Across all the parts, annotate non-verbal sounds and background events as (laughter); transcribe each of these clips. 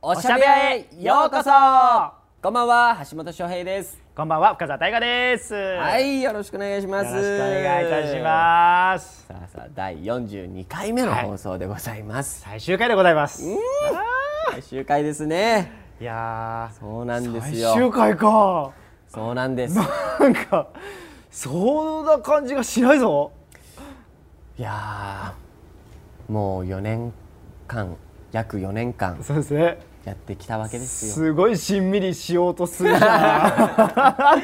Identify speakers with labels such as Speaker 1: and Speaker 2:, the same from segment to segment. Speaker 1: おしゃべりへようこそこんばんは橋本翔平です
Speaker 2: こんばんは、深澤大河です。
Speaker 1: は
Speaker 2: はい
Speaker 1: よろしくお願いします
Speaker 2: よろしくお願いいたします。
Speaker 1: さあさあ第42回目の放送でございます、
Speaker 2: 最終回でございます。
Speaker 1: 最終回ですね
Speaker 2: いや
Speaker 1: そうなん
Speaker 2: ー、
Speaker 1: で
Speaker 2: 最
Speaker 1: す
Speaker 2: 終
Speaker 1: よ
Speaker 2: 回か。 (laughs)
Speaker 1: そうなんです
Speaker 2: なんか、そんな感じがしないぞ。
Speaker 1: いやーもう4年間約4年間
Speaker 2: そうですね。
Speaker 1: やってきたわけですよ
Speaker 2: すごいしんみりしようとす
Speaker 1: (laughs)
Speaker 2: るじゃ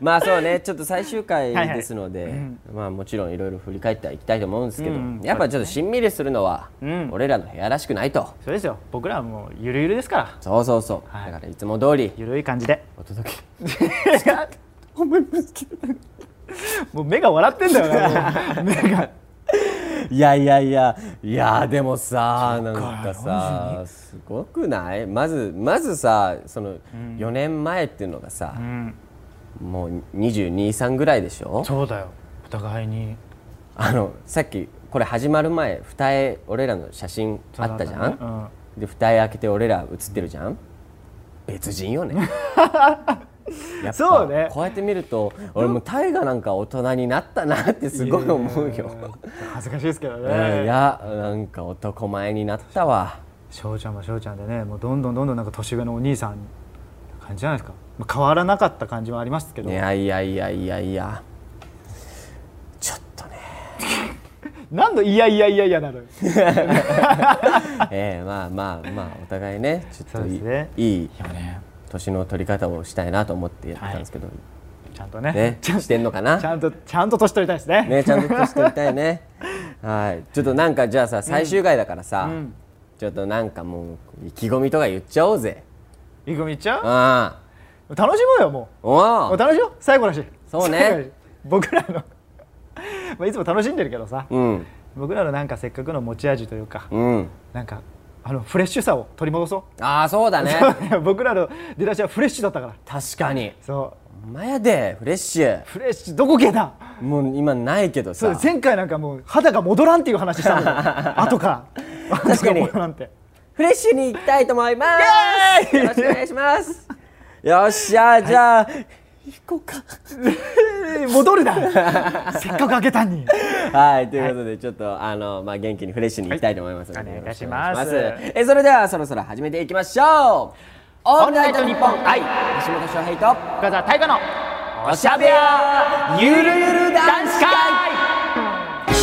Speaker 2: ん。
Speaker 1: まあそうねちょっと最終回
Speaker 2: はいはい
Speaker 1: ですのでまあもちろんいろいろ振り返ってはいきたいと思うんですけど、
Speaker 2: うん
Speaker 1: やっぱちょっとしんみりするのは、
Speaker 2: うん
Speaker 1: 俺らの部屋らしくないと
Speaker 2: そうですよ。僕らはもうゆるゆるですから。
Speaker 1: そうそうそう、
Speaker 2: はい
Speaker 1: だからいつも通り
Speaker 2: ゆるい感じで。
Speaker 1: お届け (laughs)
Speaker 2: (laughs) もう目が笑ってんだよな。もう (laughs) 目が。
Speaker 1: いやいやいやいやでもさなんかさすごくないまずまずさその4年前っていうのがさ
Speaker 2: う、ん。
Speaker 1: もう223ぐらいでしょ
Speaker 2: そうだよ。お互いに。
Speaker 1: あのさっきこれ始まる前二重俺らの写真あったじゃん、
Speaker 2: うん。
Speaker 1: で二重開けて俺ら写ってるじゃん別人
Speaker 2: (laughs)
Speaker 1: よねやっぱ
Speaker 2: そうね
Speaker 1: こうやって見ると俺も大河なんか大人になったなってすごい思うよ、
Speaker 2: 恥ずかしいですけど
Speaker 1: うんい
Speaker 2: ね。
Speaker 1: やなんか男前になったわ
Speaker 2: 翔ちゃんも翔ちゃんでね、もうどんどんどんどんなんか年上のお兄さんな感じじゃないですか。まあ、変わらなかった感じはありますけど
Speaker 1: い。やいやいやいやいやちょっとね
Speaker 2: 何度いやいやいやいやなの。
Speaker 1: ええまあまあまあお互いねちょっといい,、
Speaker 2: そうですね
Speaker 1: いい
Speaker 2: ね、
Speaker 1: 年の取り方をしたいなと思ってやってたんですけど、
Speaker 2: ちゃんとね。
Speaker 1: ね
Speaker 2: ちゃん
Speaker 1: してんのかな
Speaker 2: ちゃんとちゃんと年取りたいですね。
Speaker 1: ねちゃんと年取りたいねはいちょっとなんかじゃあさ最終回だからさ、
Speaker 2: ん
Speaker 1: ちょっとなんかもう意気込みとか言っちゃおうぜ
Speaker 2: いくみちゃん。
Speaker 1: あ
Speaker 2: 楽しもうよも
Speaker 1: あお
Speaker 2: う。もう
Speaker 1: う
Speaker 2: 楽しもう。最後だし。
Speaker 1: そうね
Speaker 2: 最後だし。僕らの (laughs) まあいつも楽しんでるけどさ。
Speaker 1: うん
Speaker 2: 僕らのなんかせっかくの持ち味というか、
Speaker 1: うん
Speaker 2: なんかあのフレッシュさを取り戻そ
Speaker 1: ああそうだね
Speaker 2: う。 (laughs) 僕らの出だしはフレッシュだったから。
Speaker 1: 確かに
Speaker 2: そう。
Speaker 1: ほんまやでフレッシュ
Speaker 2: フレッシュどこ消えた
Speaker 1: もう今ないけど
Speaker 2: そ
Speaker 1: さ
Speaker 2: う前回なんかもう肌が戻らんっていう話したんだ
Speaker 1: (laughs)
Speaker 2: よ後から肌
Speaker 1: 確か
Speaker 2: が
Speaker 1: に
Speaker 2: 戻らんって
Speaker 1: フレッシュに行きたいと思いますよろしくお願いしますよっしゃじゃあ、行こうか
Speaker 2: えー戻るなせっかく開けたんに
Speaker 1: (laughs) はいということで、ちょっとあの、まあ、元気にフレッシュに行きたいと思いますので、
Speaker 2: はいお願い
Speaker 1: よ
Speaker 2: い
Speaker 1: ろ
Speaker 2: た
Speaker 1: し
Speaker 2: し
Speaker 1: くお願
Speaker 2: ま
Speaker 1: い
Speaker 2: す
Speaker 1: しますえそれではそろそろ始めていきましょうオールナイトニッポン愛橋本翔平と
Speaker 2: 深澤大河の
Speaker 1: おしゃべやゆるゆる男子会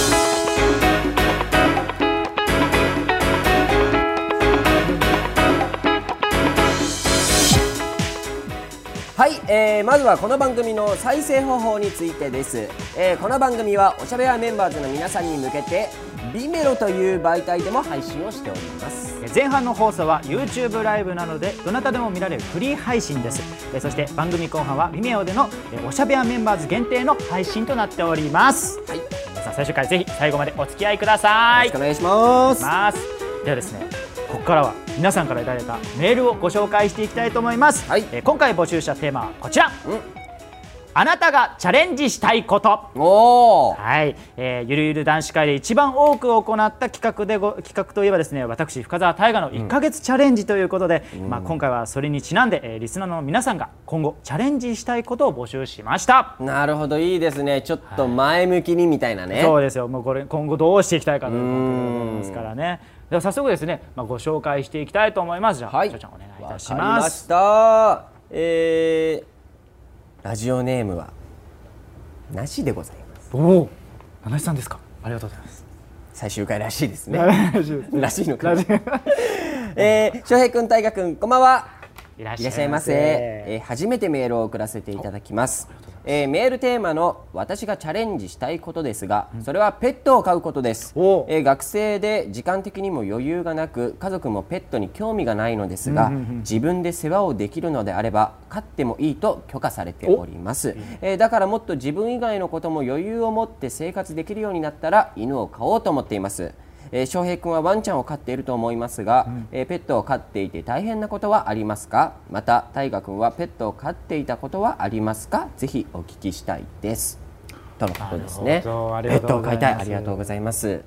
Speaker 1: はい、えーまずはこの番組の再生方法についてです、えーこの番組はおしゃべやメンバーズの皆さんに向けてビメロという媒体でも配信をしております
Speaker 2: 前半の放送は YouTube ライブなのでどなたでも見られるフリー配信ですえーそして番組後半は Vimeo でのえーおしゃべりメンバーズ限定の配信となっております
Speaker 1: はい、よ
Speaker 2: 皆さん最終回ぜひ最後までお付き合いくださ
Speaker 1: ろ
Speaker 2: い
Speaker 1: しくお願いします
Speaker 2: ますではですねここからは皆さんからいただいたメールをご紹介していきたいと思います、
Speaker 1: はい
Speaker 2: えー今回募集したテーマはこちら、
Speaker 1: うん
Speaker 2: あなたがチャレンジしたいこと
Speaker 1: おー
Speaker 2: はい、えーゆるゆる男子会で一番多く行った企画でご企画といえばですね私深澤大河の1ヶ月チャレンジということで、まあ、今回はそれにちなんで、えーリスナーの皆さんが今後チャレンジしたいことを募集しました
Speaker 1: なるほどいいですねちょっと前向きにみたいなね、
Speaker 2: そうですよもうこれ今後どうしていきたいかということですからねでは早速ですね、まあ、ご紹介していきたいと思いますじゃあ、
Speaker 1: はい
Speaker 2: ちょちゃんお願いいたし
Speaker 1: わかり
Speaker 2: ま
Speaker 1: ますしたえー、ラジオネームはなしでございます
Speaker 2: おお七井さんですかありがとうございます
Speaker 1: 最終回らしいです
Speaker 2: (laughs)
Speaker 1: ね
Speaker 2: 七井です
Speaker 1: (laughs) らしいの
Speaker 2: (laughs)
Speaker 1: かなえー、翔平くん大河くんこんばんはい
Speaker 2: らっ
Speaker 1: いらっしゃいませ、えー初めてメールを送らせていただきますえーメールテーマの私がチャレンジしたいことですが、それはペットを飼うことです、え
Speaker 2: おう
Speaker 1: ー学生で時間的にも余裕がなく家族もペットに興味がないのですが、自分で世話をできるのであれば飼ってもいいと許可されております、えーだからもっと自分以外のことも余裕を持って生活できるようになったら犬を飼おうと思っていますえー、翔平君はワンちゃんを飼っていると思いますが、えーペットを飼っていて大変なことはありますかまた大河君はペットを飼っていたことはありますかぜひお聞きしたいですとのことですねペ
Speaker 2: なるほどありが
Speaker 1: ッ
Speaker 2: と
Speaker 1: ト
Speaker 2: う
Speaker 1: を
Speaker 2: ご
Speaker 1: 飼
Speaker 2: ざい
Speaker 1: いたい
Speaker 2: ます
Speaker 1: ありがとうございます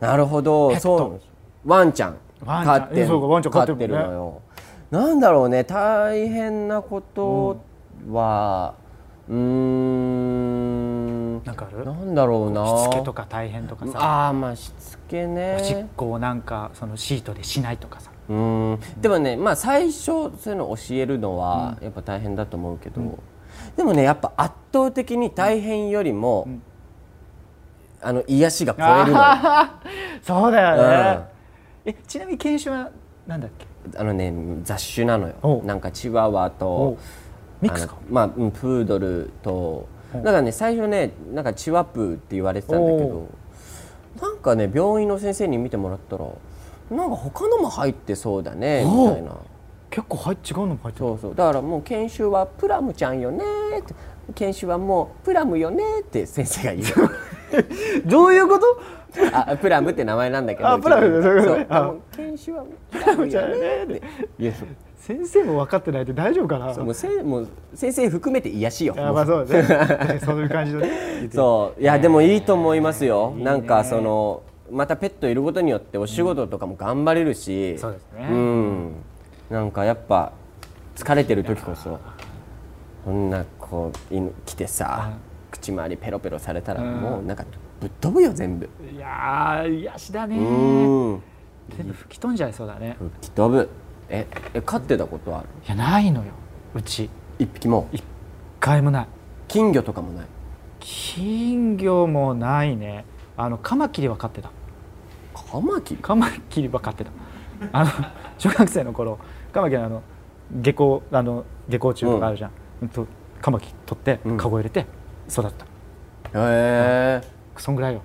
Speaker 1: なるほど
Speaker 2: ット
Speaker 1: そうワンちゃん
Speaker 2: ワンちゃん
Speaker 1: 飼って
Speaker 2: えそうかワンちゃん飼って
Speaker 1: 飼ってる
Speaker 2: るもんね
Speaker 1: のよなんだろうね大変なことはうーん
Speaker 2: なんかある
Speaker 1: なんだろうな
Speaker 2: しつけとか大変とかさ
Speaker 1: ああまあしつけね
Speaker 2: おしっこをなんかそのシートでしないとかさ
Speaker 1: うんでもね、まあ、最初そういうの教えるのはやっぱ大変だと思うけど、でもねやっぱ圧倒的に大変よりも、あの癒しが超えるの
Speaker 2: (laughs)
Speaker 1: よあ
Speaker 2: あーそうだよね、えちなみに犬種はなんだっけ
Speaker 1: のね雑種なの
Speaker 2: お
Speaker 1: よなんかチワワ
Speaker 2: お
Speaker 1: と
Speaker 2: ミックスか
Speaker 1: あのまあ、うんプードルとだからね最初ねなんかチワプーって言われてたんだけどなんかね病院の先生に見てもらったらなんか他のも入ってそうだねみたいな。
Speaker 2: 結構入っ違うのも入ってる
Speaker 1: そうそうだからもう研修はプラムちゃんよねーって研修はもうプラムよねーって先生が言う
Speaker 2: (laughs) どういうこと
Speaker 1: あプラムって名前なんだけど
Speaker 2: あプラム
Speaker 1: そう
Speaker 2: そういうことねあ
Speaker 1: もう研修はプラムよねーって言う
Speaker 2: 先生も分かってないって大丈夫かな
Speaker 1: そうもうせもう先生含めて癒しよ
Speaker 2: あまあそ
Speaker 1: (laughs)
Speaker 2: うだねそういう感じでね言って
Speaker 1: そういやでもいいと思いますよ、なんかそのまたペットいることによってお仕事とかも頑張れるし、
Speaker 2: そうですね
Speaker 1: うんなんかやっぱ疲れてる時こそこんなこう犬来てさ口周りペロペロされたらもうなんかぶっ飛ぶよ全部
Speaker 2: いやー癒しだね
Speaker 1: うん
Speaker 2: 全部吹き飛んじゃいそうだね
Speaker 1: ぶっ飛ぶええ飼ってたことある
Speaker 2: いやないのようち
Speaker 1: 一匹も
Speaker 2: 一回もない
Speaker 1: 金魚とかもない
Speaker 2: 金魚もないねあのカマキリは飼ってた
Speaker 1: カマキリ
Speaker 2: カマキリは飼ってたあの小学生の頃カマキリのあの下校あの下校中とかあるじゃん、うんとカマキリ取って
Speaker 1: うん
Speaker 2: カゴ入れて育った、
Speaker 1: へえ
Speaker 2: そんぐらいよ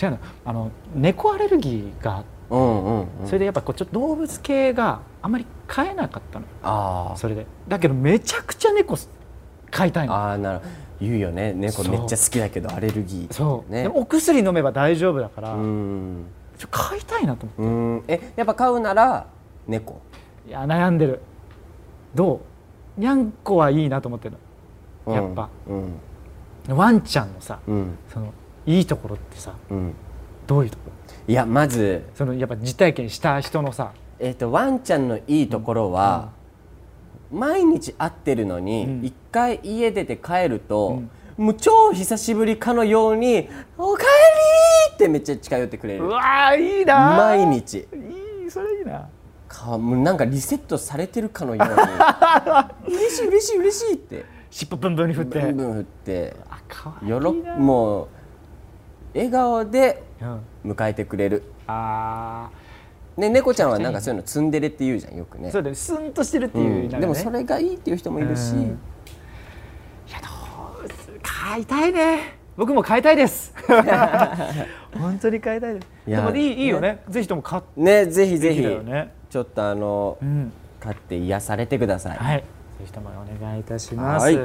Speaker 2: 違うのあの猫アレルギーが
Speaker 1: うんうん、うん、
Speaker 2: それでやっぱこうちょっと動物系があまり飼えなかったのよ
Speaker 1: あー
Speaker 2: それでだけどめちゃくちゃ猫飼いたいの
Speaker 1: (laughs) あーなる言うよね猫
Speaker 2: そう
Speaker 1: めっちゃ好きだけどアレルギー
Speaker 2: そう、
Speaker 1: ね
Speaker 2: でもお薬飲めば大丈夫だから、
Speaker 1: うん
Speaker 2: ちょ飼いたいなと思っ
Speaker 1: うんえやっぱ飼うなら猫
Speaker 2: ていや悩んでるどうにゃんこはいいなと思ってる
Speaker 1: うん
Speaker 2: やっぱ
Speaker 1: うん
Speaker 2: のワンちゃんのさ
Speaker 1: うん
Speaker 2: そのいいところってさ
Speaker 1: うん
Speaker 2: どういうところ
Speaker 1: いやまず、
Speaker 2: そのやっぱ実体験した人のさ
Speaker 1: えー、とワンちゃんのいいところは、毎日会ってるの
Speaker 2: うん
Speaker 1: に一、回家出て帰ると、もう超久しぶりかのように「おかえり!」ってめっちゃ近寄ってくれ
Speaker 2: う
Speaker 1: る
Speaker 2: わーいいな
Speaker 1: 毎
Speaker 2: ー
Speaker 1: 日
Speaker 2: いいそれいいな
Speaker 1: かもうなんかリセットされてるかのよう
Speaker 2: (laughs)
Speaker 1: に嬉しい嬉しい嬉しいって
Speaker 2: 尻尾ブンブンに振って
Speaker 1: ブンブン振って
Speaker 2: あかわいい
Speaker 1: よ
Speaker 2: な
Speaker 1: ろもう笑顔で
Speaker 2: うん、
Speaker 1: 迎えてくれる
Speaker 2: あ
Speaker 1: ね猫ちゃんはなんかそういうのツンデレって言うじゃんよくね
Speaker 2: ーそうだよスンとしてるっていう、
Speaker 1: うん
Speaker 2: なんかね
Speaker 1: でもそれがいいっていう人もいるし、
Speaker 2: うんいやどうす飼いたいね僕も飼いたいです
Speaker 1: (laughs)
Speaker 2: 本当に飼いたいです
Speaker 1: い
Speaker 2: で
Speaker 1: や
Speaker 2: もいいいいよねぜひとも飼っ
Speaker 1: ねぜひぜ
Speaker 2: て
Speaker 1: ひ、
Speaker 2: だよね
Speaker 1: ちょっとあの、
Speaker 2: うん
Speaker 1: 飼って癒されてください。
Speaker 2: はいぜひともお願いいたしますは
Speaker 1: はいい、
Speaker 2: え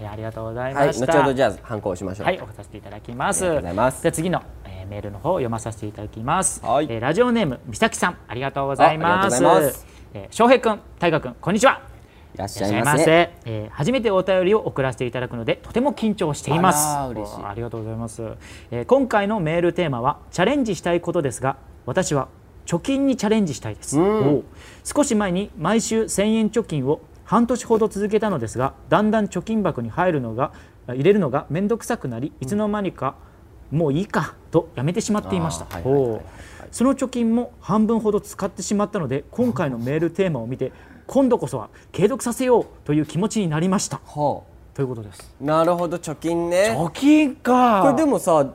Speaker 2: ーありがとうござい
Speaker 1: はい、
Speaker 2: まし
Speaker 1: 後
Speaker 2: た、
Speaker 1: ほどじゃあ反抗しましょう。
Speaker 2: はい、送させていただきます。
Speaker 1: ありがとうございます
Speaker 2: じゃあ次の、えーメールの方を読まさせていただきます。
Speaker 1: はい
Speaker 2: えーラジオネーム美咲さん、ありがとうございま
Speaker 1: ああ
Speaker 2: す。
Speaker 1: りがとうございます
Speaker 2: えー翔平君、大河君、こんにちは。
Speaker 1: いらっし
Speaker 2: いら
Speaker 1: ゃ
Speaker 2: っしゃ
Speaker 1: い
Speaker 2: いま
Speaker 1: ま
Speaker 2: せ
Speaker 1: せ。
Speaker 2: えー初めてお便りを送らせていただくのでとても緊張しています
Speaker 1: あら嬉しい
Speaker 2: おありがとうございます、えー今回のメールテーマはチャレンジしたいことですが私は貯金にチャレンジしたいです、おう少し前に毎週1000円貯金を半年ほど続けたのですがだんだん貯金箱に入るのがあ入れるのが面倒くさくなりいつの間にか、もういいかとやめてしまっていました、
Speaker 1: あーはいはいはいはい
Speaker 2: おうその貯金も半分ほど使ってしまったので今回のメールテーマを見て今度こそは継続させようという気持ちになりました
Speaker 1: ほ
Speaker 2: ということです
Speaker 1: う。なるほど貯金ね。
Speaker 2: 貯金か
Speaker 1: これでもさ、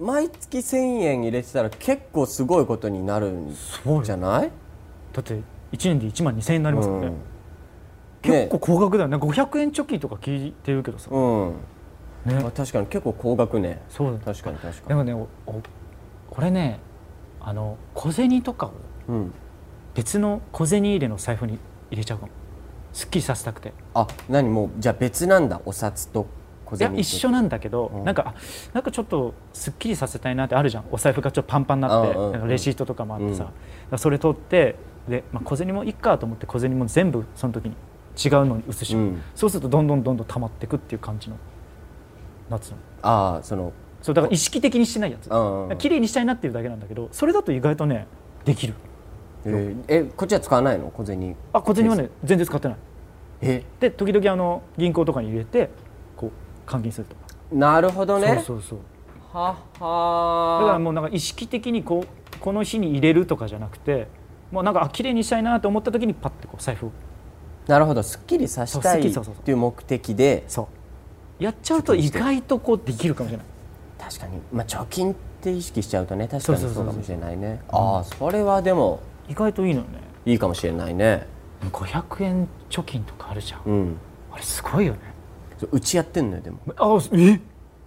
Speaker 1: 毎月1000円入れてたら結構すごいことになるん
Speaker 2: ごい
Speaker 1: じゃない？
Speaker 2: だって1年で1万2000円になりますからね、
Speaker 1: うん
Speaker 2: 結構高額だよね500円貯金とか聞いてるけどさ、
Speaker 1: うん。
Speaker 2: ね
Speaker 1: あ確かに結構高額ね。
Speaker 2: そうだね
Speaker 1: 確かに確か
Speaker 2: で
Speaker 1: に。
Speaker 2: もねおお俺ねあの小銭とかを
Speaker 1: うん。
Speaker 2: 別の小銭入れの財布に入れちゃうかもすっきりさせたくて
Speaker 1: あ、何もうじゃあ別なんだお札と小
Speaker 2: いや
Speaker 1: 銭と。
Speaker 2: 一緒なんだけど、
Speaker 1: うん
Speaker 2: なんかあなんかちょっとすっきりさせたいなってあるじゃんお財布がちょっとパンパンになっ
Speaker 1: う
Speaker 2: て、
Speaker 1: んうんうん
Speaker 2: なんかレシートとかもあってさ、
Speaker 1: うん
Speaker 2: だからそれ取ってで、まあ、小銭もいっかと思って小銭も全部その時に違うのに移してしまう、
Speaker 1: うん
Speaker 2: そうするとどんどんどんどん溜まっていくっていう感じのなんつうの
Speaker 1: ああその。
Speaker 2: そうだから意識的にしてないやつ、
Speaker 1: うんうんうん
Speaker 2: 綺麗にしたいなっていうだけなんだけどそれだと意外とねできる
Speaker 1: えーえこっちは使わないの小銭
Speaker 2: あ小銭はね全然使ってない
Speaker 1: え
Speaker 2: で時々あの銀行とかに入れてこう換金するとか、
Speaker 1: なるほどね
Speaker 2: そうそうそう
Speaker 1: は
Speaker 2: だから
Speaker 1: は
Speaker 2: もうなんか意識的にこうこの日に入れるとかじゃなくてもうなんかあ綺麗にしたいなと思った時にパッてこう財布を
Speaker 1: なるほどすっきりさせたい
Speaker 2: そうすっきりそうそうそう
Speaker 1: っていう目的で
Speaker 2: そうやっちゃうと意外とこうできるかもしれない
Speaker 1: 確かに、まあ、貯金って意識しちゃうとね確かに
Speaker 2: そうそう
Speaker 1: そ
Speaker 2: そうう
Speaker 1: か
Speaker 2: そう
Speaker 1: もしれないねああそれはでも
Speaker 2: 意外といいのよね
Speaker 1: いいかもしれないね
Speaker 2: 500円貯金とかあるじゃん、
Speaker 1: うん
Speaker 2: あれすごいよね
Speaker 1: そううちやってんのよでも
Speaker 2: あえ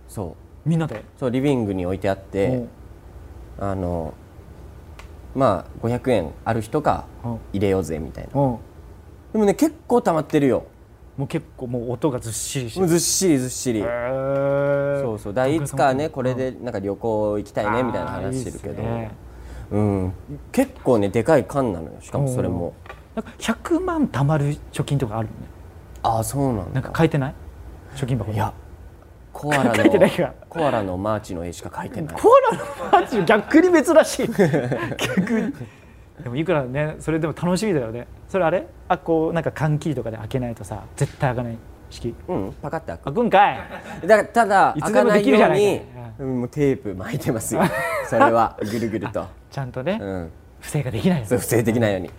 Speaker 1: そう
Speaker 2: みんなで、
Speaker 1: そうリビングに置いてあってあのまあ500円ある人か
Speaker 2: うん
Speaker 1: 入れようぜみたいな
Speaker 2: うん
Speaker 1: でもね結構溜まってるよ
Speaker 2: もう結構もう音がずっしりして
Speaker 1: もうず
Speaker 2: る
Speaker 1: っしりずっしりそ
Speaker 2: そう
Speaker 1: そうだからいつかねこれでなんか旅行行きたいねみたいな話してるけどうん結構ねでかい缶なのよしかもそれも
Speaker 2: なんか100万貯まる貯金とかあるのね
Speaker 1: ああそうなんだ
Speaker 2: なんか書いてない貯金箱
Speaker 1: い
Speaker 2: に
Speaker 1: やコアラ
Speaker 2: 書いてないか
Speaker 1: のコアラのマーチの絵しか描いてない
Speaker 2: コアラのマーチ逆に珍しい逆にでもいくらねそれでも楽しみだよねそれあれあこうなんか缶切りとかで開けないとさ絶対開かない式
Speaker 1: うんパカッて開く
Speaker 2: 開くんかい
Speaker 1: だからただ
Speaker 2: い
Speaker 1: 開
Speaker 2: つ
Speaker 1: か
Speaker 2: でも
Speaker 1: な
Speaker 2: で
Speaker 1: い
Speaker 2: きるじ
Speaker 1: よ
Speaker 2: ゃ
Speaker 1: う
Speaker 2: ない
Speaker 1: にうんもうテープ巻いてます
Speaker 2: (laughs)
Speaker 1: よそれはぐるぐると
Speaker 2: ちゃんとね、
Speaker 1: うん
Speaker 2: 不正ができないよ
Speaker 1: そう
Speaker 2: ね
Speaker 1: 不正的ないように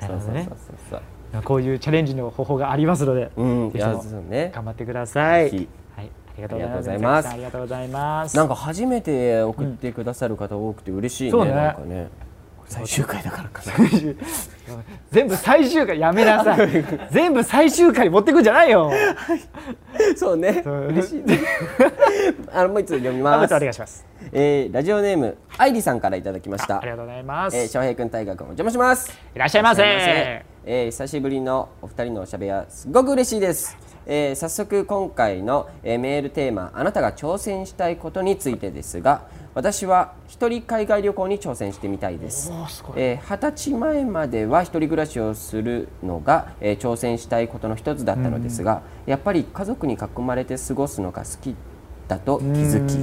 Speaker 2: なるほどね
Speaker 1: そうそうそう
Speaker 2: こういうチャレンジの方法がありますので、
Speaker 1: そううんい
Speaker 2: ぜひと
Speaker 1: や
Speaker 2: も
Speaker 1: そうね
Speaker 2: 頑張ってください。
Speaker 1: ぜひ
Speaker 2: はい、ありがとう
Speaker 1: あ
Speaker 2: ござい
Speaker 1: りがとうございま
Speaker 2: ますす。ありがとうございます。
Speaker 1: なんか初めて送ってくださる方多くて嬉しいね、
Speaker 2: そうね
Speaker 1: なんかね最終回だからかな
Speaker 2: 全部最終回やめなさ (laughs) い。全部最終回持ってくんじゃない (laughs) よ。
Speaker 1: そうね
Speaker 2: そう
Speaker 1: 嬉しいねあのもう一つ読み
Speaker 2: アブ
Speaker 1: ま
Speaker 2: ちゃんお
Speaker 1: す
Speaker 2: 願いします。
Speaker 1: えーラジオネーム愛理さんからいただきまし
Speaker 2: あ
Speaker 1: た
Speaker 2: りがとうございます。
Speaker 1: えー翔平くん大河くんお邪魔します
Speaker 2: いらっしゃいませ。
Speaker 1: えー久しぶりのお二人のおしゃべりはすごく嬉しいです、えー早速今回の、えーメールテーマあなたが挑戦したいことについてですが私は一人海外旅行に挑戦してみたいです
Speaker 2: おーすごい
Speaker 1: えー二十、歳前までは一人暮らしをするのが、えー挑戦したいことの一つだったのですが、やっぱり家族に囲まれて過ごすのが好きだと気づき、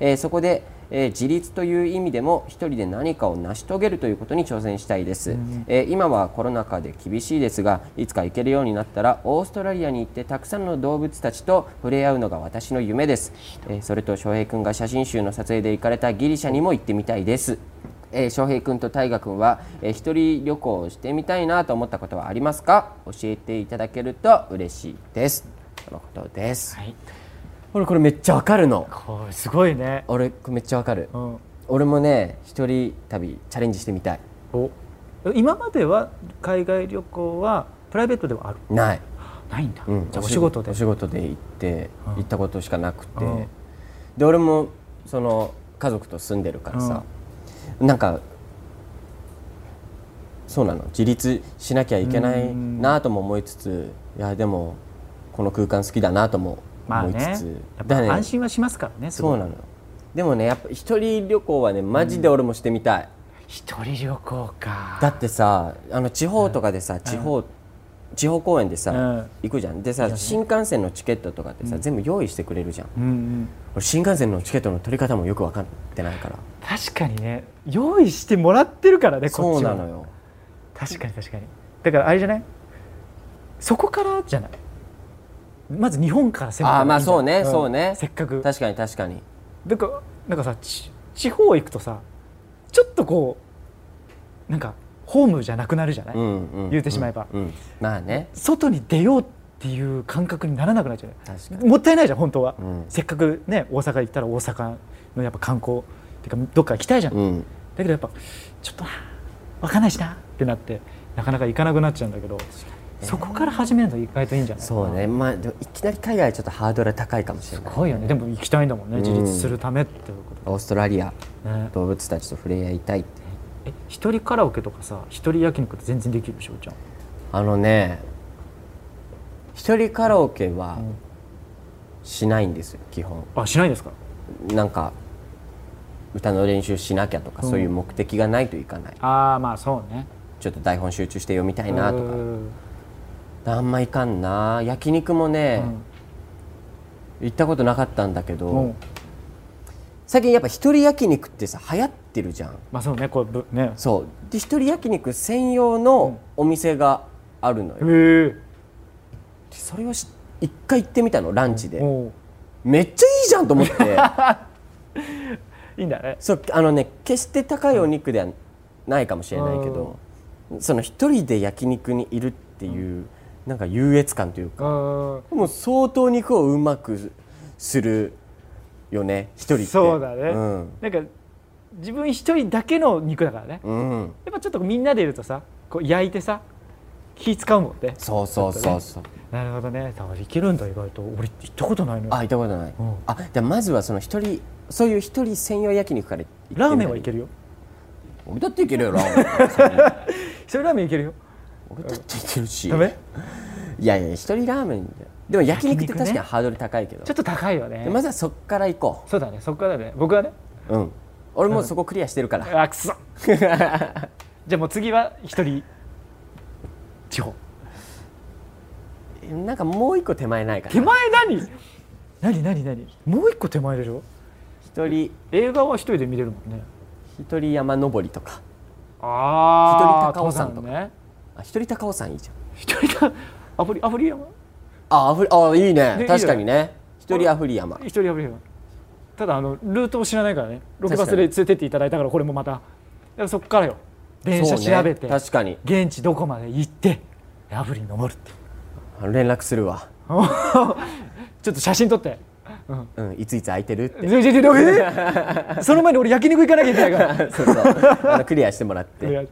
Speaker 1: えーそこで、えー自立という意味でも一人で何かを成し遂げるということに挑戦したいです、えー今はコロナ禍で厳しいですがいつか行けるようになったらオーストラリアに行ってたくさんの動物たちと触れ合うのが私の夢です、えーそれと翔平君が写真集の撮影で行かれたギリシャにも行ってみたいですえー、翔平君と大河君は、えー一人旅行をしてみたいなと思ったことはありますか教えていただけると嬉しいですとのことです
Speaker 2: はい。
Speaker 1: 俺これめっちゃわかるの
Speaker 2: こうすごいね。
Speaker 1: 俺これめっちゃわかる
Speaker 2: うん。
Speaker 1: 俺もね一人旅チャレンジしてみたい
Speaker 2: お、今までは海外旅行はプライベートではある。
Speaker 1: ない、
Speaker 2: ないんだ。
Speaker 1: うん、
Speaker 2: じゃあお仕事で
Speaker 1: お。仕事で行って行ったことしかなくて、
Speaker 2: うん
Speaker 1: で俺もその家族と住んでるからさ、なんかそうなの自立しなきゃいけないなとも思いつついやでもこの空間好きだなとも
Speaker 2: まあ
Speaker 1: 思いつつ、
Speaker 2: ね。やっ
Speaker 1: だ
Speaker 2: ぱ
Speaker 1: ね
Speaker 2: 安心はしますからね。す
Speaker 1: そ
Speaker 2: ご
Speaker 1: う
Speaker 2: い
Speaker 1: なのよでもねやっぱ一人旅行はねマジで俺もしてみたい、
Speaker 2: 一人旅行か。
Speaker 1: だってさあの地方とかでさ、地方地方公演でさ、
Speaker 2: うん
Speaker 1: 行くじゃんでさ、新幹線のチケットとかってさ、全部用意してくれるじゃん
Speaker 2: うんうん。
Speaker 1: 俺新幹線のチケットの取り方もよく分かってないから
Speaker 2: 確かにね用意してもらってるからねこっち
Speaker 1: そ
Speaker 2: は
Speaker 1: うなのよ
Speaker 2: 確かに確かにだからあれじゃないそこからじゃないまず日本から攻めた
Speaker 1: あー
Speaker 2: 方が
Speaker 1: ま
Speaker 2: い
Speaker 1: あ
Speaker 2: いんじゃ
Speaker 1: そうんね、
Speaker 2: ん
Speaker 1: そうね
Speaker 2: せっかく
Speaker 1: 確かに確かに
Speaker 2: だからなんかさち地方行くとさちょっとこうなんかホームじゃなくなるじゃない、
Speaker 1: うんうん
Speaker 2: 言うてしまえば
Speaker 1: うんまあね
Speaker 2: 外に出ようっていう感覚にならなくなっちゃう
Speaker 1: 確かに
Speaker 2: もったいないじゃん本当は、
Speaker 1: うん
Speaker 2: せっかくね大阪行ったら大阪のやっぱ観光っていうかどっか行きたいじゃん
Speaker 1: うん
Speaker 2: だけどやっぱちょっとなわかんないしなってなってなかなか行かなくなっちゃうんだけど、そこから始めるの意外といいんじゃない
Speaker 1: そうねまあでもいきなり海外はちょっとハードルは高いかもしれない
Speaker 2: すごいよねでも行きたいんだもんね自立するためっていうこ
Speaker 1: オーストラリア
Speaker 2: とね、
Speaker 1: 動物たちと触れ合いたいって
Speaker 2: え一人カラオケとかさ一人焼肉って全然できるしょうちゃん
Speaker 1: あのね一人カラオケは
Speaker 2: ん
Speaker 1: しないんですよ基本
Speaker 2: あしないですか
Speaker 1: なんか歌の練習しなきゃとか、そういう目的がないといかない
Speaker 2: ああまあそうね
Speaker 1: ちょっと台本集中して読みたいなと
Speaker 2: う
Speaker 1: か
Speaker 2: ん
Speaker 1: あんまいかんな焼肉もね、行ったことなかったんだけど、
Speaker 2: うん
Speaker 1: 最近やっぱ一人焼肉ってさ流行っってるじゃん
Speaker 2: まあそうねこうぶね
Speaker 1: そうで一人焼肉専用のお店があるのよ、
Speaker 2: へえ
Speaker 1: でそれをし一回行ってみたのランチで、
Speaker 2: おう
Speaker 1: めっちゃいいじゃんと思って
Speaker 2: (laughs) いいんだね
Speaker 1: そうあのね決して高いお肉ではないかもしれないけど、その一人で焼肉にいるっていう、なんか優越感というか
Speaker 2: うん
Speaker 1: もう相当肉をうまくするよね一人って
Speaker 2: そうだね、
Speaker 1: うん、
Speaker 2: なんか自分一人だけの肉だからね、や
Speaker 1: うん、
Speaker 2: っぱちょっとみんなでいるとさこう焼いてさ気使うもんね
Speaker 1: そうそうそうそう、
Speaker 2: なるほどねだからいけるんだ意外と俺行ったことないのよ
Speaker 1: あ行ったことない、
Speaker 2: うん
Speaker 1: あじゃあまずはその一人そういう一人専用焼肉から行ってみた
Speaker 2: ラーメンはいけるよ
Speaker 1: 俺だっていけるよラーメンなん
Speaker 2: (laughs)
Speaker 1: か
Speaker 2: 一人ラーメンいけるよ
Speaker 1: 俺だっていけるし
Speaker 2: ダメ
Speaker 1: いやいや一人ラーメンだよでも焼肉って確かに
Speaker 2: 焼肉
Speaker 1: ハードル高いけど、
Speaker 2: ちょっと高いよね、
Speaker 1: でまずはそっから行こ
Speaker 2: そうだねそこからだね僕はね
Speaker 1: ううん俺もうそこクリアしてるから、
Speaker 2: あくそじゃあもう次は一人地方
Speaker 1: (laughs) なんかもう一個手前ないか
Speaker 2: 手
Speaker 1: な
Speaker 2: 前何何何何もう一個手前でしょ
Speaker 1: 一人
Speaker 2: 映画は一人で見れるもんね
Speaker 1: 一人山登りとか
Speaker 2: あ
Speaker 1: 一人高尾山とか
Speaker 2: ね
Speaker 1: あ一人高尾山いいじゃん
Speaker 2: 一人だアフリアフリ山
Speaker 1: あアフリあいいね
Speaker 2: ね
Speaker 1: 確かにね一
Speaker 2: いい
Speaker 1: 人
Speaker 2: よ
Speaker 1: アフリ山
Speaker 2: 一人アフリ山ただあのルートを知らないからねロケバスで連れてっていただいたからこれもまただからそっからよ電車
Speaker 1: そうね
Speaker 2: 調べて、
Speaker 1: 確かに
Speaker 2: 現地どこまで行ってアフリに登るって
Speaker 1: あ連絡するわ
Speaker 2: ちょっと写真撮って
Speaker 1: うんいついつ空いてるって
Speaker 2: ええその前に俺焼肉行かなきゃいけないから
Speaker 1: (laughs) そうそうあのクリアしてもらって
Speaker 2: クリア
Speaker 1: は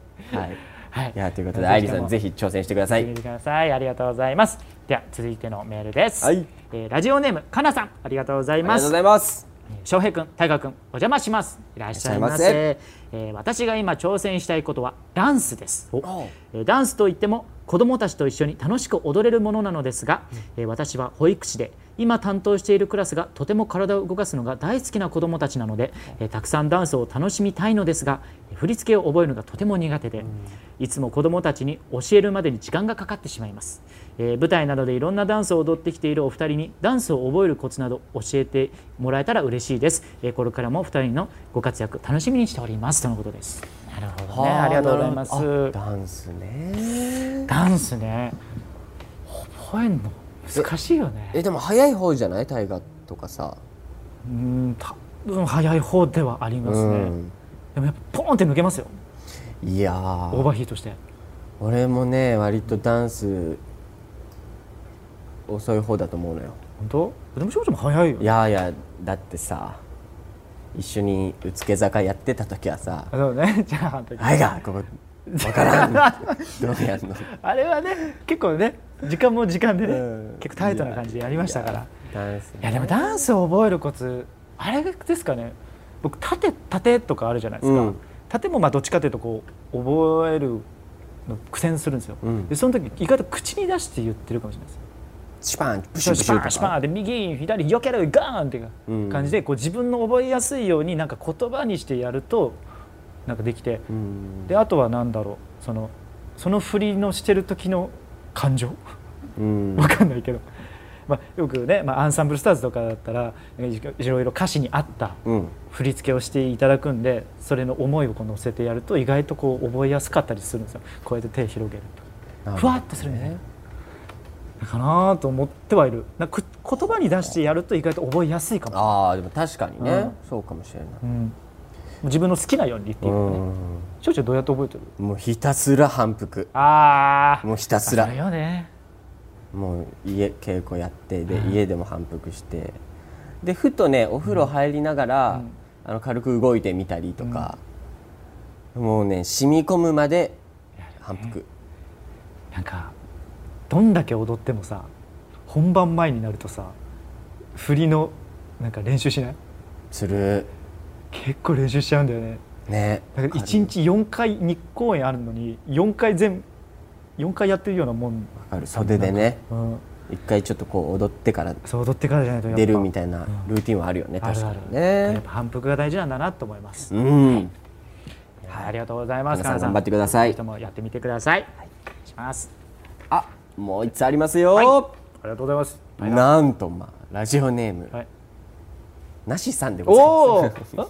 Speaker 1: い
Speaker 2: はい
Speaker 1: いやということで愛理さんぜひ挑戦してくださ
Speaker 2: 見
Speaker 1: い
Speaker 2: てくださいありがとうございますでは続いてのメールです、
Speaker 1: はい
Speaker 2: えーラジオネームかなさんありがとうござい
Speaker 1: ありが
Speaker 2: ま
Speaker 1: とうご
Speaker 2: す
Speaker 1: ざいます
Speaker 2: 翔平くん、大河くん、お邪魔します。いらっしゃいませ。
Speaker 1: いらっしゃい
Speaker 2: えー私が今挑戦したいことはダンスです。
Speaker 1: お
Speaker 2: えーダンスといっても子どもたちと一緒に楽しく踊れるものなのですが、えー私は保育士で今担当しているクラスがとても体を動かすのが大好きな子どもたちなので、えーたくさんダンスを楽しみたいのですがえー振り付けを覚えるのがとても苦手で、いつも子どもたちに教えるまでに時間がかかってしまいます、えー舞台などでいろんなダンスを踊ってきているお二人にダンスを覚えるコツなど教えてもらえたら嬉しいです、えーこれからもお二人のご活躍楽しみにしておりますとのことですなるほどね
Speaker 1: は
Speaker 2: ありがとうございます
Speaker 1: なるほどあダンスね
Speaker 2: ダンスね覚えんの難しいよね
Speaker 1: えでも早い方じゃない大河とかさ
Speaker 2: うん多分早い方ではありますね、
Speaker 1: うん
Speaker 2: でもやっぱポーンって抜けますよ
Speaker 1: いや
Speaker 2: オー
Speaker 1: ー
Speaker 2: バーヒートして
Speaker 1: 俺もね割とダンス遅い方だと思うのよ
Speaker 2: 本当でも少女も早いよ
Speaker 1: いやいやだってさ一緒にうつけ坂やってた時はさ
Speaker 2: あそうね (laughs) じゃああの
Speaker 1: 「
Speaker 2: 時
Speaker 1: あいがここ分
Speaker 2: (laughs)
Speaker 1: からん」どうやんの
Speaker 2: あれはね結構ね時間も時間でね、
Speaker 1: うん
Speaker 2: 結構タイトな感じでやりましたからいや
Speaker 1: ダンスね
Speaker 2: でもダンスを覚えるコツあれですかね僕縦縦とかあるじゃないですか、
Speaker 1: うん
Speaker 2: 縦もまあどっちかというとこう覚えるの苦戦するんですよ、
Speaker 1: うん
Speaker 2: でその時意外と口に出して言ってるかもしれないです
Speaker 1: シュパンプシ
Speaker 2: シ
Speaker 1: ュ
Speaker 2: ュ
Speaker 1: プシ
Speaker 2: パ
Speaker 1: ュ
Speaker 2: ンシ
Speaker 1: と
Speaker 2: ュパ
Speaker 1: か
Speaker 2: ンで右左避けるガーンっていう感じでこう自分の覚えやすいようになんか言葉にしてやるとなんかできて
Speaker 1: うん
Speaker 2: であとは何だろうそのその振りのしてる時の感情 (laughs)
Speaker 1: うん
Speaker 2: わかんないけど、まあ、よくね、まあ、アンサンブルスターズとかだったらいろいろ歌詞に合った
Speaker 1: うん
Speaker 2: 振り付けをしていただくんでそれの思いをこう乗せてやると意外とこう覚えやすかったりするんですよこうやって手広げると。ふわっとするね。かなと思ってはいる。なんかく言葉に出してやると意外と覚えやすいかも。
Speaker 1: ああでも確かにね、
Speaker 2: うん
Speaker 1: そうかもしれない、
Speaker 2: うん、自分の好きなようにっていううかね。
Speaker 1: ん、
Speaker 2: ちょちょどうやって覚えてる？
Speaker 1: もうひたすら反復
Speaker 2: ああ。
Speaker 1: もうひたす
Speaker 2: あ
Speaker 1: ら
Speaker 2: れよね。
Speaker 1: もう家稽古やってで家でも反復してでふとねお風呂入りながら、あの軽く動いてみたりとか、もうね染み込むまで反復
Speaker 2: なんかどんだけ踊ってもさ、本番前になるとさ、振りのなんか練習しない？
Speaker 1: する
Speaker 2: 結構練習しちゃうんだよね。
Speaker 1: ね
Speaker 2: だから一日4回日公演あるのに4回全4回やってるようなもん。
Speaker 1: わかる袖でね
Speaker 2: うん。
Speaker 1: 一回ちょっとこう踊ってから
Speaker 2: そう踊ってからじゃないとやっぱ
Speaker 1: 出るみたいなルーティンはあるよね、
Speaker 2: あ
Speaker 1: 確
Speaker 2: るあ
Speaker 1: か
Speaker 2: る
Speaker 1: に
Speaker 2: やっ
Speaker 1: ね
Speaker 2: ぱ反復が大事なんだなと思います、
Speaker 1: うん
Speaker 2: はいありがとうございます
Speaker 1: 皆さん
Speaker 2: 金
Speaker 1: 頑張ってくださ
Speaker 2: ぜひ
Speaker 1: い
Speaker 2: ともやってみてください、お願いします
Speaker 1: あもう一つありますよ、
Speaker 2: ありがとうございます
Speaker 1: なんとまあラジオネーム、
Speaker 2: はい
Speaker 1: なしさんでございます (laughs)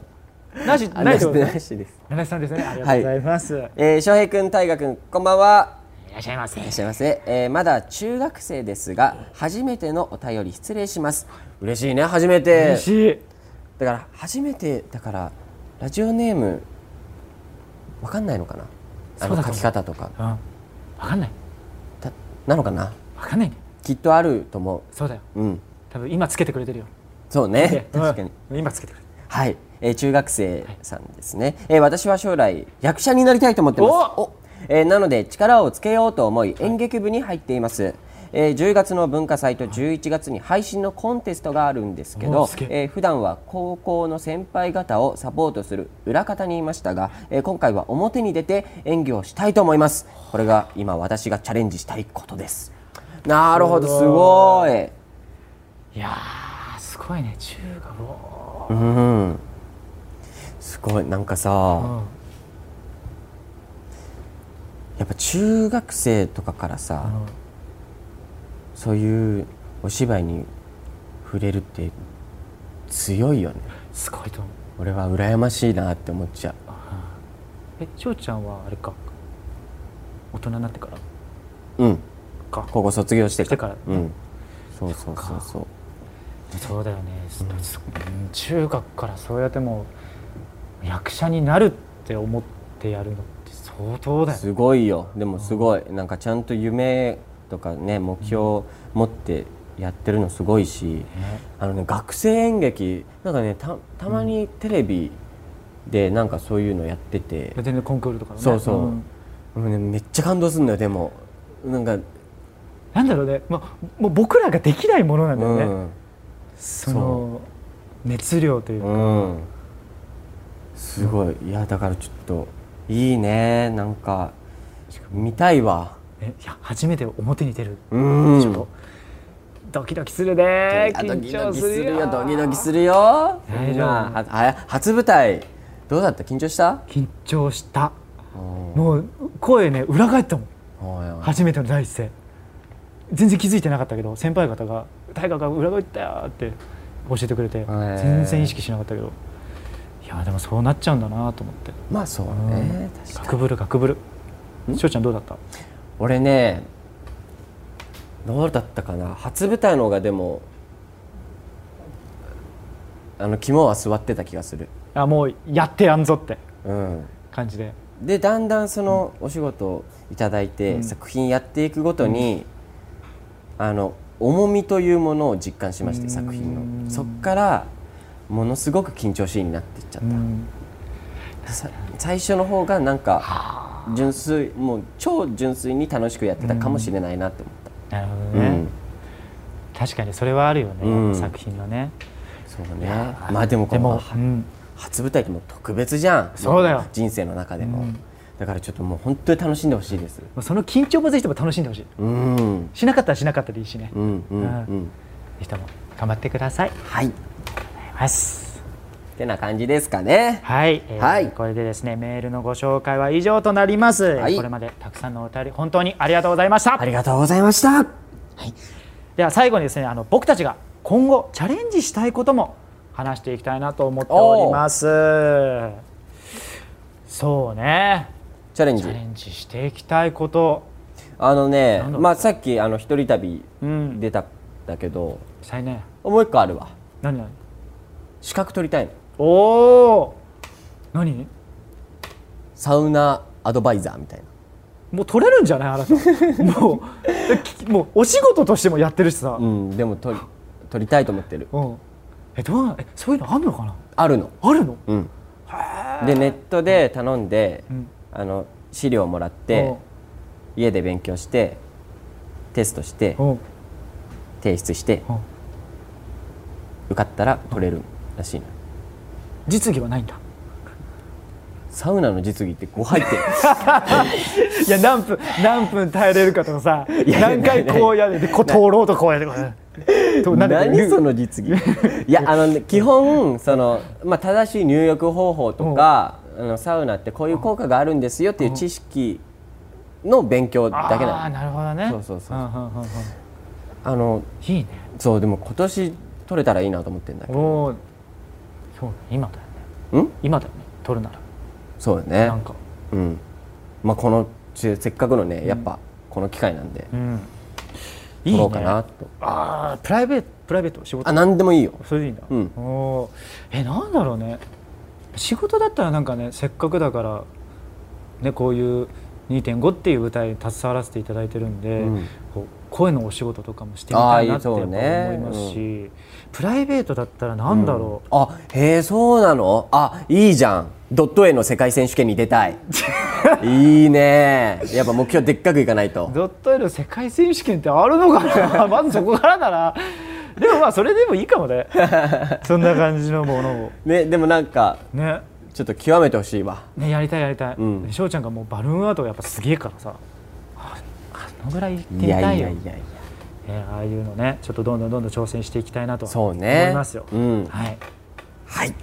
Speaker 2: おおなし、ないってこと
Speaker 1: な
Speaker 2: ね。
Speaker 1: しです。
Speaker 2: 七井さんですね。ありがとうございます。い、
Speaker 1: えー、翔平君、大河君、こんばんは。
Speaker 2: らっしゃいませ
Speaker 1: いら。っしゃいませ、えーまだ中学生ですが初めてのお便り失礼します嬉しいね初めて
Speaker 2: 嬉しい。
Speaker 1: だから初めてだからラジオネームわかんないのかなあ
Speaker 2: そう
Speaker 1: の
Speaker 2: だと
Speaker 1: 書
Speaker 2: 思う
Speaker 1: き方とか
Speaker 2: うん。わかんない。
Speaker 1: だなのかな
Speaker 2: わかんないね。
Speaker 1: きっとあると思
Speaker 2: そうだよ。
Speaker 1: ううん
Speaker 2: 多分今つけてくれてるよ。
Speaker 1: そうね確かに、
Speaker 2: うん。今つけてくれてる。
Speaker 1: はい、えー中学生さんですね、えー私は将来役者になりたいと思ってます
Speaker 2: お
Speaker 1: えーなので力をつけようと思い演劇部に入っています、えー10月の文化祭と11月に配信のコンテストがあるんですけ
Speaker 2: お
Speaker 1: ど
Speaker 2: すげえ、
Speaker 1: えー普段は高校の先輩方をサポートする裏方にいましたが、えー今回は表に出て演技をしたいと思いますこれが今私がチャレンジしたいことですなるほどすごい
Speaker 2: いやー、すごいね。中華も。
Speaker 1: うんすごいなんかさ、
Speaker 2: うん。
Speaker 1: やっぱ中学生とかからさ、
Speaker 2: ん
Speaker 1: そういうお芝居に触れるって強いよね
Speaker 2: すごいと思う。
Speaker 1: 俺は羨ましいなって思っちゃう
Speaker 2: え、ちょうちゃんはあれか。大人になってから。
Speaker 1: うん
Speaker 2: か。
Speaker 1: 高校卒業して
Speaker 2: してから
Speaker 1: うんそうそうそうそう
Speaker 2: そうだよね、すうん中学からそうやってもう役者になるって思ってやるのって相当だよね
Speaker 1: すごいよでもすごいなんかちゃんと夢とかね目標を持ってやってるのすごいしあのね学生演劇なんかねたたまにテレビでなんかそういうのやってて、
Speaker 2: 全然コンクールとかのね
Speaker 1: そうそう、
Speaker 2: ん
Speaker 1: もうね、めっちゃ感動するんだよでもなんか、
Speaker 2: なんだろうね、まあ、もう僕らができないものなんだ
Speaker 1: う
Speaker 2: よね、
Speaker 1: ん、
Speaker 2: その熱量というか、
Speaker 1: うん、すごいいやだからちょっといいねなんか見たいわ
Speaker 2: ねいや初めて表に出る
Speaker 1: うん
Speaker 2: でしょ、ドキドキするね
Speaker 1: いやド
Speaker 2: 緊
Speaker 1: キド
Speaker 2: 張
Speaker 1: キ
Speaker 2: す
Speaker 1: す
Speaker 2: る
Speaker 1: る
Speaker 2: よ
Speaker 1: よドキドキするよ
Speaker 2: 大丈夫
Speaker 1: みんなはは初舞台どうだった緊張した
Speaker 2: 緊張した
Speaker 1: うん
Speaker 2: もう声ね裏返ったもん
Speaker 1: おいおい
Speaker 2: 初めての第一声全然気づいてなかったけど先輩方が「大河が裏返ったよ」って教えてくれて
Speaker 1: ー
Speaker 2: 全然意識しなかったけどいやでもそうなっちゃうんだなと思って
Speaker 1: まあそうね確かに
Speaker 2: ガクブルガクブル翔ちゃんどうだった
Speaker 1: 俺ねどうだったかな初舞台の方がでもあの肝は座ってた気がする、
Speaker 2: あもうやってやんぞって
Speaker 1: うん、
Speaker 2: 感じで
Speaker 1: でだんだんそのお仕事をいただいて、
Speaker 2: うん
Speaker 1: 作品やっていくごとに、あの重みというものを実感しまし
Speaker 2: う
Speaker 1: て
Speaker 2: ん
Speaker 1: 作品のそっからものすごく緊張しいになっていっちゃっ
Speaker 2: う
Speaker 1: た、
Speaker 2: ん
Speaker 1: さ最初の方がなんか純粋もう超純粋に楽しくやってたかもしれないなって思っ
Speaker 2: なるほど
Speaker 1: た、
Speaker 2: ね、
Speaker 1: うん
Speaker 2: 確かにそれはあるよね、
Speaker 1: うん
Speaker 2: 作品のね
Speaker 1: そうねまあでもこ
Speaker 2: でも
Speaker 1: の
Speaker 2: うん
Speaker 1: 初舞台ってもう特別じゃん
Speaker 2: そうだよ
Speaker 1: 人生の中でも、
Speaker 2: うん
Speaker 1: だからちょっともう本当に楽しんでほしいです
Speaker 2: もうその緊張もぜひとも楽しんでほしい
Speaker 1: うんうん
Speaker 2: しなかったらしなかったでいいしね、
Speaker 1: う
Speaker 2: ぜ
Speaker 1: んうん、
Speaker 2: うんひとも頑張ってください
Speaker 1: はいっ
Speaker 2: ます
Speaker 1: てな感じですかね
Speaker 2: はい、えー
Speaker 1: はい
Speaker 2: これでですねメールのご紹介は以上となります、
Speaker 1: い
Speaker 2: これまでたくさんのお便り本当にありがとうございました、
Speaker 1: ありがとうございました
Speaker 2: では最後にですねあの僕たちが今後チャレンジしたいことも話していきたいなと思っておりますそうね
Speaker 1: チャレンジ
Speaker 2: チャレンジしていきたいこと
Speaker 1: あのね
Speaker 2: なんだろう
Speaker 1: まあさっきあの一人旅
Speaker 2: うん
Speaker 1: 出たんだけど、
Speaker 2: したいね
Speaker 1: もう一個あるわ
Speaker 2: 何何
Speaker 1: 資格取りたいの
Speaker 2: おお何
Speaker 1: サウナアドバイザーみたいな
Speaker 2: もう取れるんじゃないあなた
Speaker 1: (laughs)
Speaker 2: もうえきもうお仕事としてもやってるしさ、
Speaker 1: うんでも取り取りたいと思ってる
Speaker 2: うん、えどうなえそういうのあるのかな
Speaker 1: あるの
Speaker 2: あるの
Speaker 1: うんでネットで頼んで、
Speaker 2: ん
Speaker 1: あの資料をもらって、家で勉強してテストして
Speaker 2: うんうん
Speaker 1: 提出して
Speaker 2: うん
Speaker 1: 受かったら取れるらしいの
Speaker 2: 実技はないんだ
Speaker 1: サウナの実技って5入ってる
Speaker 2: いや何分何分耐えれるかとか (laughs) さ
Speaker 1: や
Speaker 2: 何回こうやれてこう通ろうとこうやれてこ (laughs) うやれてとなんでこれ
Speaker 1: 何その実技いやあのね基本その、まあ、正しい入浴方法とかあのサウナってこういう効果があるんですよっていう知識の勉強だけ
Speaker 2: あ
Speaker 1: な
Speaker 2: あ
Speaker 1: の
Speaker 2: なるほどね
Speaker 1: そうそうそうん
Speaker 2: んんうん
Speaker 1: あの
Speaker 2: いいね
Speaker 1: そうでも今年取れたらいいなと思ってんだけど
Speaker 2: おおそうね今だよね
Speaker 1: うん
Speaker 2: 今だよね取るなら
Speaker 1: そうだね
Speaker 2: なんか
Speaker 1: うんまあこのせせっかくのねやっぱこの機会なんで
Speaker 2: うんいい
Speaker 1: 撮
Speaker 2: ね
Speaker 1: ろうかなと
Speaker 2: ああプライベートプライベート仕
Speaker 1: あ
Speaker 2: 事
Speaker 1: 何でもいいよ
Speaker 2: それでいいんだ、
Speaker 1: うん
Speaker 2: おーえなんだろうね仕事だったらなんかねせっかくだからねこういう2.5っていう舞台に携わらせていただいてるんで、
Speaker 1: うん
Speaker 2: こう声のお仕事とかもしてみたいなって
Speaker 1: あ
Speaker 2: や
Speaker 1: ー
Speaker 2: っ
Speaker 1: いい
Speaker 2: ぱ
Speaker 1: そう
Speaker 2: 思
Speaker 1: ね
Speaker 2: いますし、プライベートだったらなんだろう、
Speaker 1: あへえそうなのあいいじゃんドット絵の世界選手権に出た
Speaker 2: (laughs)
Speaker 1: いいいねやっぱ目標でっかくいかないと
Speaker 2: ドットエル世界選手権ってあるのか
Speaker 1: (laughs)
Speaker 2: なまずそこからだなでもまあそれでもいいか
Speaker 1: (laughs)
Speaker 2: もねそんな感じのものを
Speaker 1: ねでもなんか
Speaker 2: ね
Speaker 1: ちょっと極めてほしいわ
Speaker 2: ねやりたいやりたい
Speaker 1: ん
Speaker 2: で翔、ちゃんがもうバルーンアートやっぱすげえからさああのぐらい行ってみ
Speaker 1: いやい
Speaker 2: た
Speaker 1: や
Speaker 2: い
Speaker 1: い
Speaker 2: よ
Speaker 1: やいや
Speaker 2: ねああいうのねちょっとどんどんどんどん挑戦していきたいなと
Speaker 1: そう
Speaker 2: 思
Speaker 1: ね
Speaker 2: いますよ、
Speaker 1: うん
Speaker 2: はい
Speaker 1: はい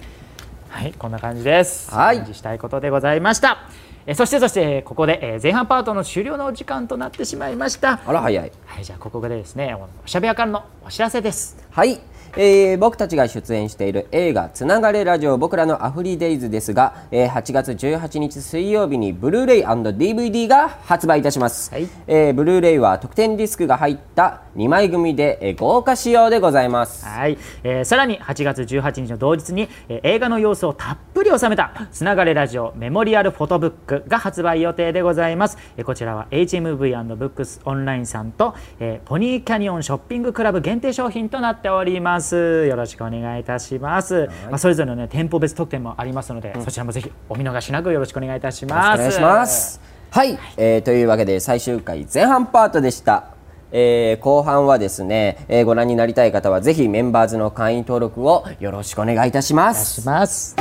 Speaker 2: はい、こんな感じです。
Speaker 1: はい
Speaker 2: チャレンジしたいことでございました。えそしてそしてえーここでえー前半パートの終了のお時間となってしまいました。
Speaker 1: あら早い
Speaker 2: はい、じゃあここでですね、おしゃべやからのお知らせです。
Speaker 1: はい、えー僕たちが出演している映画「つながれラジオ僕らのアフリデイズ」ですが、えー8月18日水曜日にブルーレイ &DVD が発売いたします、
Speaker 2: はい
Speaker 1: えーブルーレイは特典ディスクが入った2枚組で、えー豪華仕様でございます
Speaker 2: はい、えーさらに8月18日の同日に、えー映画の様子をたっぷり収めた「つながれラジオメモリアルフォトブック」が発売予定でございます、えーこちらは HMV&BOOKS オンラインさんと、えーポニーキャニオンショッピングクラブ限定商品となっておりますよろしくお願いいたします、まあ、それぞれの、ね、店舗別特典もありますので、そちらもぜひお見逃しなくよろしくお願いいたします
Speaker 1: お願いします。はい、えーというわけで最終回前半パートでした。えー後半はですね、えーご覧になりたい方はぜひメンバーズの会員登録をよろしくお願いいたしま
Speaker 2: お願いし
Speaker 1: す。
Speaker 2: ます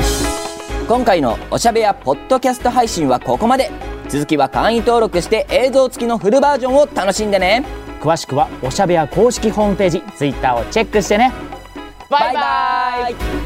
Speaker 1: 今回のおしゃべやポッドキャスト配信はここまで。続きは会員登録して映像付きのフルバージョンを楽しんでね。
Speaker 2: 詳しくはおしゃべや公式ホームページ Twitter をチェックしてねバイバイ
Speaker 1: バイバイ